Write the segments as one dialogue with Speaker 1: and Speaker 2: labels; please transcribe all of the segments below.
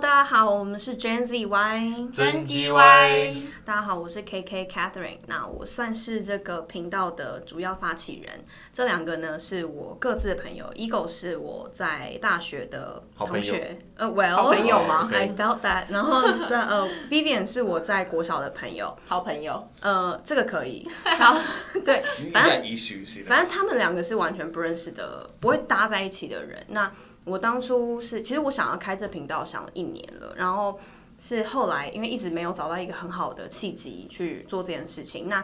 Speaker 1: 大家好，我们是 Gen ZY。
Speaker 2: 真
Speaker 3: 机
Speaker 2: GY
Speaker 1: 大家好，我是 KK Catherine。那我算是这个频道的主要发起人。这两个呢是我各自的朋友，Ego 是我在大学的
Speaker 2: 好朋
Speaker 1: 同
Speaker 2: 友
Speaker 1: 学，呃，Well，
Speaker 3: 好朋友吗
Speaker 1: I doubt that。然后在呃，Vivian 是我在国小的朋友，
Speaker 3: 好朋友，
Speaker 1: 呃，这个可以。好，对，
Speaker 2: 你
Speaker 1: 反
Speaker 2: 在 issue 系
Speaker 1: 反正他们两个是完全不认识的，不会搭在一起的人。那我当初是，其实我想要开这频道想了一年了，然后是后来因为一直没有找到一个很好的契机去做这件事情。那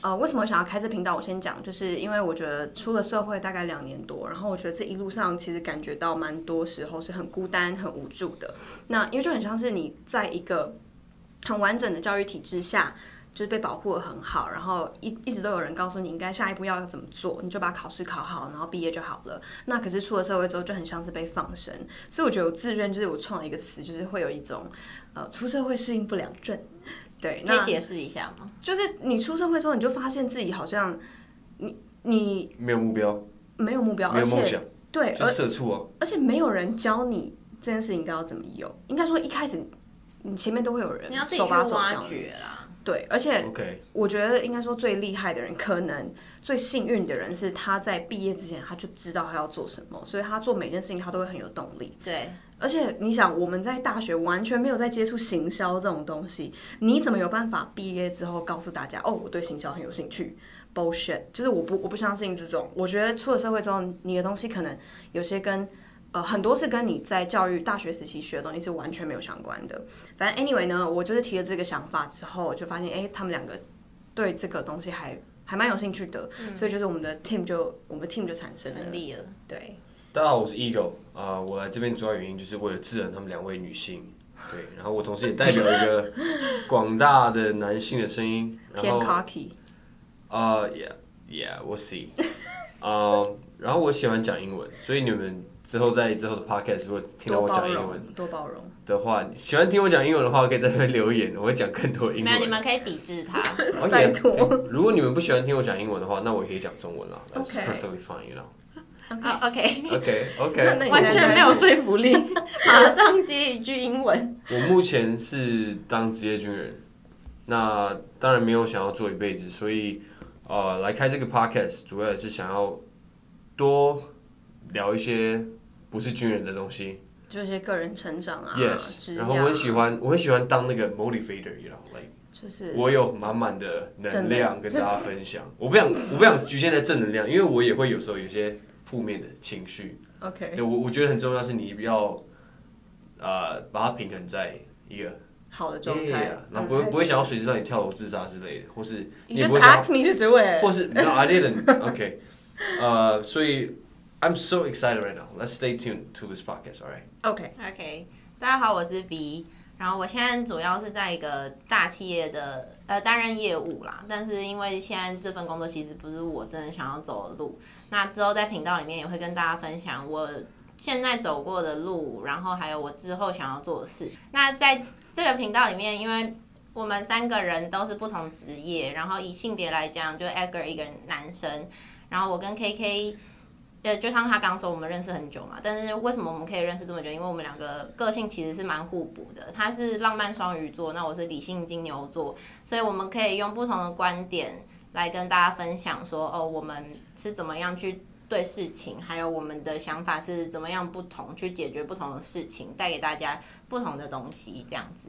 Speaker 1: 呃，为什么想要开这频道？我先讲，就是因为我觉得出了社会大概两年多，然后我觉得这一路上其实感觉到蛮多时候是很孤单、很无助的。那因为就很像是你在一个很完整的教育体制下，就是被保护的很好，然后一一直都有人告诉你应该下一步要怎么做，你就把考试考好，然后毕业就好了。那可是出了社会之后，就很像是被放生，所以我觉得我自认就是我创了一个词，就是会有一种呃出社会适应不良症。对，
Speaker 3: 可
Speaker 1: 那
Speaker 3: 以解释一下吗？
Speaker 1: 就是你出社会之后，你就发现自己好像你
Speaker 2: 没有目标，
Speaker 1: 你没有目标，
Speaker 2: 没
Speaker 1: 而
Speaker 2: 有梦
Speaker 1: 且
Speaker 2: 想，
Speaker 1: 对，
Speaker 2: 就
Speaker 1: 而
Speaker 2: 是社畜啊。
Speaker 1: 而且没有人教你这件事情应该要怎么有。应该说一开始你前面都会有人
Speaker 3: 你要自己
Speaker 1: 手
Speaker 3: 去
Speaker 1: 把手
Speaker 3: 挖
Speaker 1: 教你。
Speaker 3: 掘啦。
Speaker 1: 对，而且
Speaker 2: OK，
Speaker 1: 我觉得应该说最厉害的人，可能最幸运的人是他在毕业之前他就知道他要做什么，所以他做每件事情他都会很有动力。
Speaker 3: 对，
Speaker 1: 而且你想，我们在大学完全没有在接触行销这种东西，你怎么有办法毕业之后告诉大家，哦，我对行销很有兴趣？bullshit，就是我不我不相信这种。我觉得出了社会之后，你的东西可能有些跟呃很多是跟你在教育大学时期学的东西是完全没有相关的。反正 anyway 呢，我就是提了这个想法之后，就发现哎、诶他们两个对这个东西还还蛮有兴趣的，所以就是我们的 team 就我们的 team 就产生了
Speaker 3: 成立了。
Speaker 1: 对。
Speaker 2: 大家好，我是 Ego 啊、我来这边主要原因就是为了制衡他们两位女性。 对，然后我同时也代表一个广大的男性的声音，然
Speaker 1: 偏
Speaker 2: 后
Speaker 1: cocky，
Speaker 2: 啊、y e a h yeah, we'll see 啊、然后我喜欢讲英文，所以你们之后在之后的 podcast 如果听到
Speaker 1: 多
Speaker 2: 我
Speaker 1: 包
Speaker 2: 讲英文
Speaker 1: 容，多包容。
Speaker 2: 的话，喜欢听我讲英文的话，可以在这边留言，我会讲更多英
Speaker 3: 没有，你
Speaker 2: 文。
Speaker 3: 们可以抵制 他。
Speaker 2: 哦也
Speaker 1: 拜托
Speaker 2: 哎如果你们不喜欢听我讲英文的话，那我也可以讲中文啦。That's
Speaker 1: OK
Speaker 2: perfectly fine, you know.
Speaker 3: 好哦 OK，
Speaker 2: OK
Speaker 1: 那那
Speaker 2: OK。
Speaker 1: 你
Speaker 3: 完全没有说服力， 马上接一句英文。
Speaker 2: 我目前是当职业军人，那当然没有想要做一辈子，所以呃，来开这个 podcast 主要也是想要多聊一些不是军人的东西。
Speaker 1: 就是个人成长啊
Speaker 2: yes，
Speaker 1: 职业
Speaker 2: 然
Speaker 1: 啊
Speaker 2: 后我很喜欢，我很喜欢当那个 motivator，you know，like。
Speaker 1: 就是
Speaker 2: 我有满满的能
Speaker 1: 正能
Speaker 2: 量跟大家分享。我不想，我不想局限在正能量，因为我也会有时候有些负面的情绪。
Speaker 1: OK
Speaker 2: 对我，我觉得很重要是你要，呃，把它平衡在一个
Speaker 1: 好的状态嗯
Speaker 2: Yeah，然后不会不会想要随时让你跳楼自杀之类的，或是你
Speaker 1: You
Speaker 2: 也
Speaker 1: just
Speaker 2: 不会想要
Speaker 1: asked me to do it。
Speaker 2: 或是 No, I didn't. OK，呃，所以 I'm so excited right now. Let's stay tuned to this podcast. All right.
Speaker 1: OK，
Speaker 3: OK，大家好，我是 B，然后我现在主要是在一个大企业的呃担任业务啦，但是因为现在这份工作其实不是我真的想要走的路，那之后在频道里面也会跟大家分享我现在走过的路，然后还有我之后想要做的事。那在这个频道里面，因为我们三个人都是不同职业，然后以性别来讲，就 Edgar 一个男生，然后我跟 KK 呃，就像他刚说，我们认识很久嘛，但是为什么我们可以认识这么久？因为我们两个个性其实是蛮互补的。他是浪漫双鱼座，那我是理性金牛座，所以我们可以用不同的观点来跟大家分享说，哦，我们是怎么样去对事情，还有我们的想法是怎么样不同去解决不同的事情，带给大家不同的东西，这样子。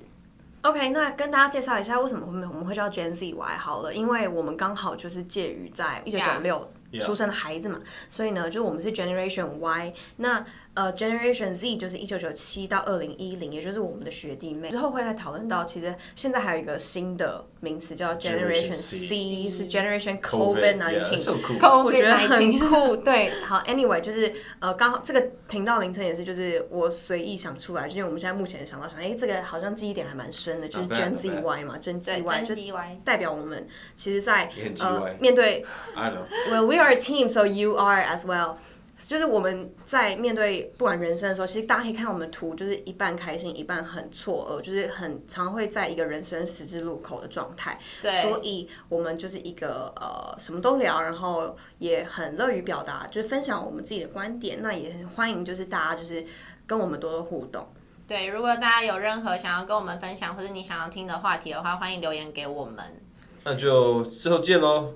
Speaker 1: OK，那跟大家介绍一下为什么我们我们会叫 Gen ZY 好了，因为我们刚好就是介于在一九九六
Speaker 2: Yeah.
Speaker 1: 出生的孩子嘛所以呢，就我们是 Generation Y 那。呃，Generation Z 就是一九九七到二零一零，也就是我们的学弟妹。之后会再讨论到，其实现在还有一个新的名词叫
Speaker 2: Generation
Speaker 1: Generation
Speaker 2: C
Speaker 1: C，是 Generation COVID
Speaker 2: yeah,
Speaker 1: nineteen。
Speaker 2: so cool.
Speaker 1: 我觉得很酷。对，好，Anyway，就是呃，刚好这个频道名称也是，就是我随意想出来，就因为我们现在目前想到想，哎、这个好像记忆点还蛮深的，就是
Speaker 2: Not bad,
Speaker 1: Gen
Speaker 2: not bad.
Speaker 1: ZY 嘛，Gen
Speaker 3: 对，
Speaker 1: ZY
Speaker 3: 真
Speaker 1: 就
Speaker 3: G Y，
Speaker 1: 代表我们其实在，
Speaker 2: 也很 GY
Speaker 1: 呃面对
Speaker 2: I know.
Speaker 1: Well, we are a team, so you are as well. 就是我们在面对不管人生的时候，其实大家可以看到我们的图，就是一半开心，一半很错愕，就是很常会在一个人生十字路口的状态。所
Speaker 3: 对，
Speaker 1: 以我们就是一个呃什么都聊，然后也很乐于表达，就是分享我们自己的观点。那也很欢迎，就是大家就是跟我们多多互动。
Speaker 3: 对，如果大家有任何想要跟我们分享，或者你想要听的话题的话，欢迎留言给我们。
Speaker 2: 那就之后见喽。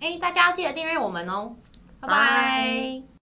Speaker 3: 哎，大家要记得订阅我们哦，拜
Speaker 1: 拜
Speaker 3: 拜